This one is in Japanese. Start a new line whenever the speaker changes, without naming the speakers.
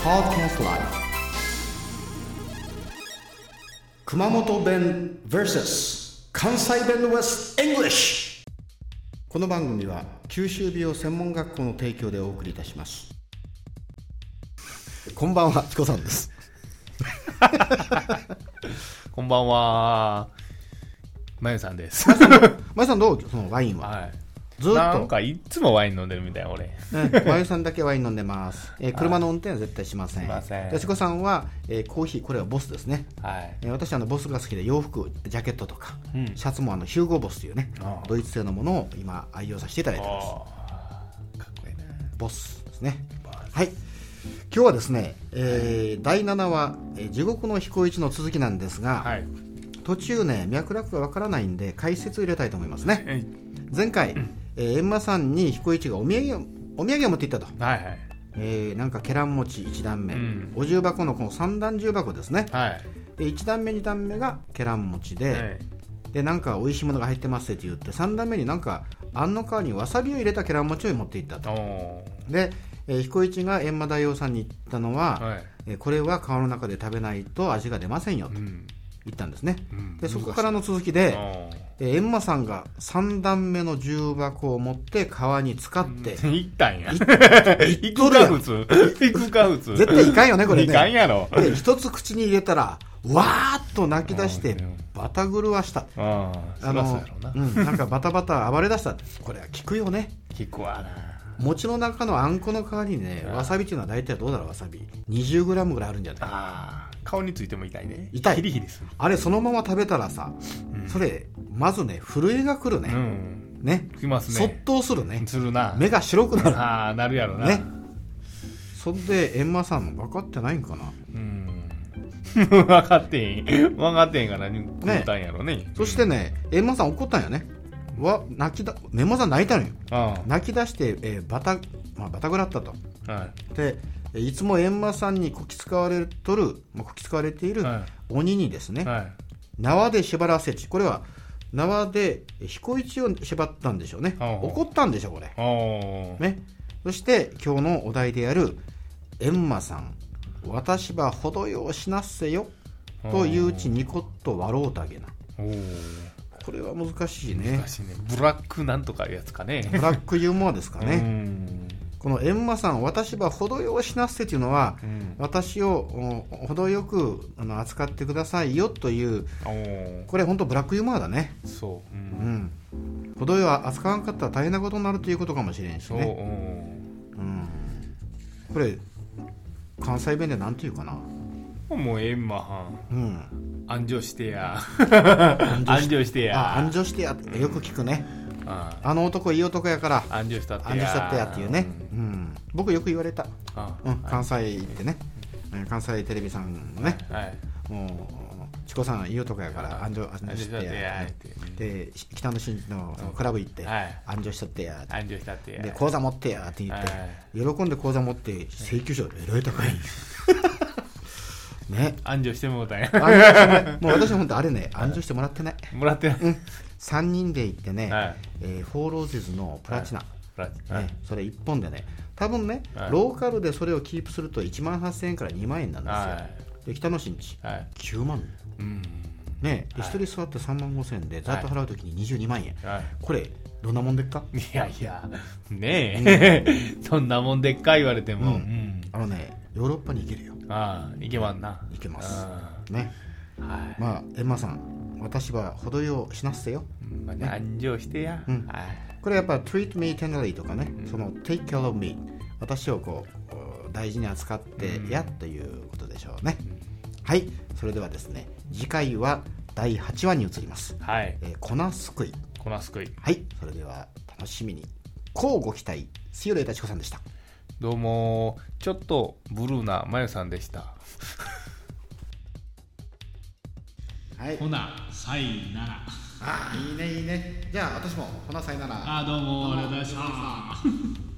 Podcast Live 熊本弁 vs 関西弁 West English この番組は九州美容専門学校の提供でお送りいたしますこんばんはチコさんです
こんばんは。まゆさんです。
まゆさんどうそのワインは、
はい。
ずーっと
なんかいつもワイン飲んでるみたいな、俺。
ねまゆさんだけワイン飲んでます、えー車の運転は絶対しません
しません
でチコさんは、えーコーヒーこれはボスですね
はい。
えー私あのボスが好きで洋服ジャケットとか、
うん
シャツもあのヒューゴボスというね
ああ
ドイツ製のものを今愛用させていただいてます
ーかっこいいな。
ボスですねはい今日はですね、えー第7話、えー地獄の彦一」の続きなんですが、
はい。
途中ね脈絡がわからないんで解説を入れたいと思いますね
はい
前回、えー、エンマさんに彦一がお土産をお土産を持っていったと、
はい。
えーなんかケラン餅1段目、
うん
お重箱のこの3段重箱ですね
はい。
で1段目2段目がケラン餅で、
はい
でなんか美味しいものが入ってますって言って3段目になんかあんの皮にわさびを入れたケラン餅を持っていったと
お
で、えー彦一が閻魔大王さんに言ったの
ー
は、
はい。
えーこれは皮の中で食べないと味が出ませんよ
う
と
ん。
言ったんですね
うん
でそこからの続き
お
で
ー
えー閻魔さんが3段目の重箱を持って皮に使って、
行ったんや。
い
行
っと
く
るや
か、
ん
普通。行くか、普 通。
絶対いかんよねこれ
いかん
ね
やろ。
で一つ口に入れたらわーっと泣き出して
うん
バタ狂わした
ああ、そりゃそうやろな
う。ん、なんかバタバタ暴れ出したこれは効くよね
聞くわな。
餅の中のあんこの代わりにねわさびっていうのは大体どうだろうわさび 20g ぐらいあるんじゃない
ああ、顔についても痛いね。
痛い
ヒリヒリする。
あれそのまま食べたらさ、それまずね震えが来る
う
ね、
ん。
ね
きますね
そっとするね
するな。
目が白くなる
ああ、なるやろな。
ねそんで閻魔さん分かってないんかな
うん。分かってへん。分かってへんから何食ったんやろね。
そしてね閻魔さん怒ったんよねわ泣きだ閻魔さん泣いたのよ
あ
泣き出して、えーバタ、まあ、バタぐらったと
あ。はい。
でえーいつも閻魔さんにこき使われとる、まあ、こき使われている
は
鬼にですね、
い。はい。
縄で縛らせちこれは縄で彦一を縛ったんでしょうね
ほうほう
怒ったんでしょこれ、
おお。
ね、そして今日のお題である「閻魔さん私は程ようしなっせよ」といううちにこっと笑うたげな
おお。
これは難しいね
難しいね。ブラックなんとかいうやつかね。
ブラックユーモアですか
う
ね、
ん。
この「閻魔さん私は程ようしなっせ」というのは
うん。
私をお程よくあの扱ってくださいよという
おお。
これ本当ブラックユーモアだね
そう。
う
う。
んん、程よい扱わんかったら大変なことになるということかもしれんし
そう。
ね、
う
うん、これ関西弁でなんていうかな、
んもうエンマはん。
うん、
安城してや。
安
安城して
あ
や。
安城してやってよく聞くね
あ
あの男いい男やから
あ安城したってや。
安城したってやっていうね、うん、僕よく言われた、
あ
うん、関西行ってねうん関西テレビさんのね
あ。はい。
もうチコさんいい男やから安城安
安
城
城
し
したってて
や
や
っ。てで北野真司のそのクラブ行って
はい
安城しとってやって
安城したってや。
で口座持ってやって言って、喜んで口座持って請求書えらい 高いね
安城してもうたんや。
あ れもう私本当あれね安住してもらってない
もらってない。
3人で行ってね、
はい
えーフォーローゼズのプラチナ、
はい
ね、それ1本でね多分ね、
はい
ローカルでそれをキープすると1万8000円から2万円なんですよ、
は
で北の新地
い。はい。
9万
うん。
ねで
はい
1人座って3万5000円でざっと払うときに22万円、
は
これどんなもんでっか
い。いやいや、ねえ。そんなもんでっか言われても。
う
うん。
あのねヨーロッパに行けるよ
ああ、いけまんな。
行けます
あ
ね
あはい。
まあ、エンマさん、私は程ようしなっせよ。
うんまあね、安城してや。
うん
はい。
これやっぱ、treat me tenderly とかね、その take care of me、私をこうお大事に扱ってやということでしょうね。はい、それではですね、次回は第8話に移ります。
はい。
えー、粉すくい。
こなすくい。
はい、それでは楽しみに。こうご期待、すよれいたちこさんでした。
どうも、ちょっとブルーなまゆさんでした。
はい、
ほな、さいなら。
ああ、いいね、いいね。じゃあ、私も、粉さいなら。
あ、どうも、ありがとうございました。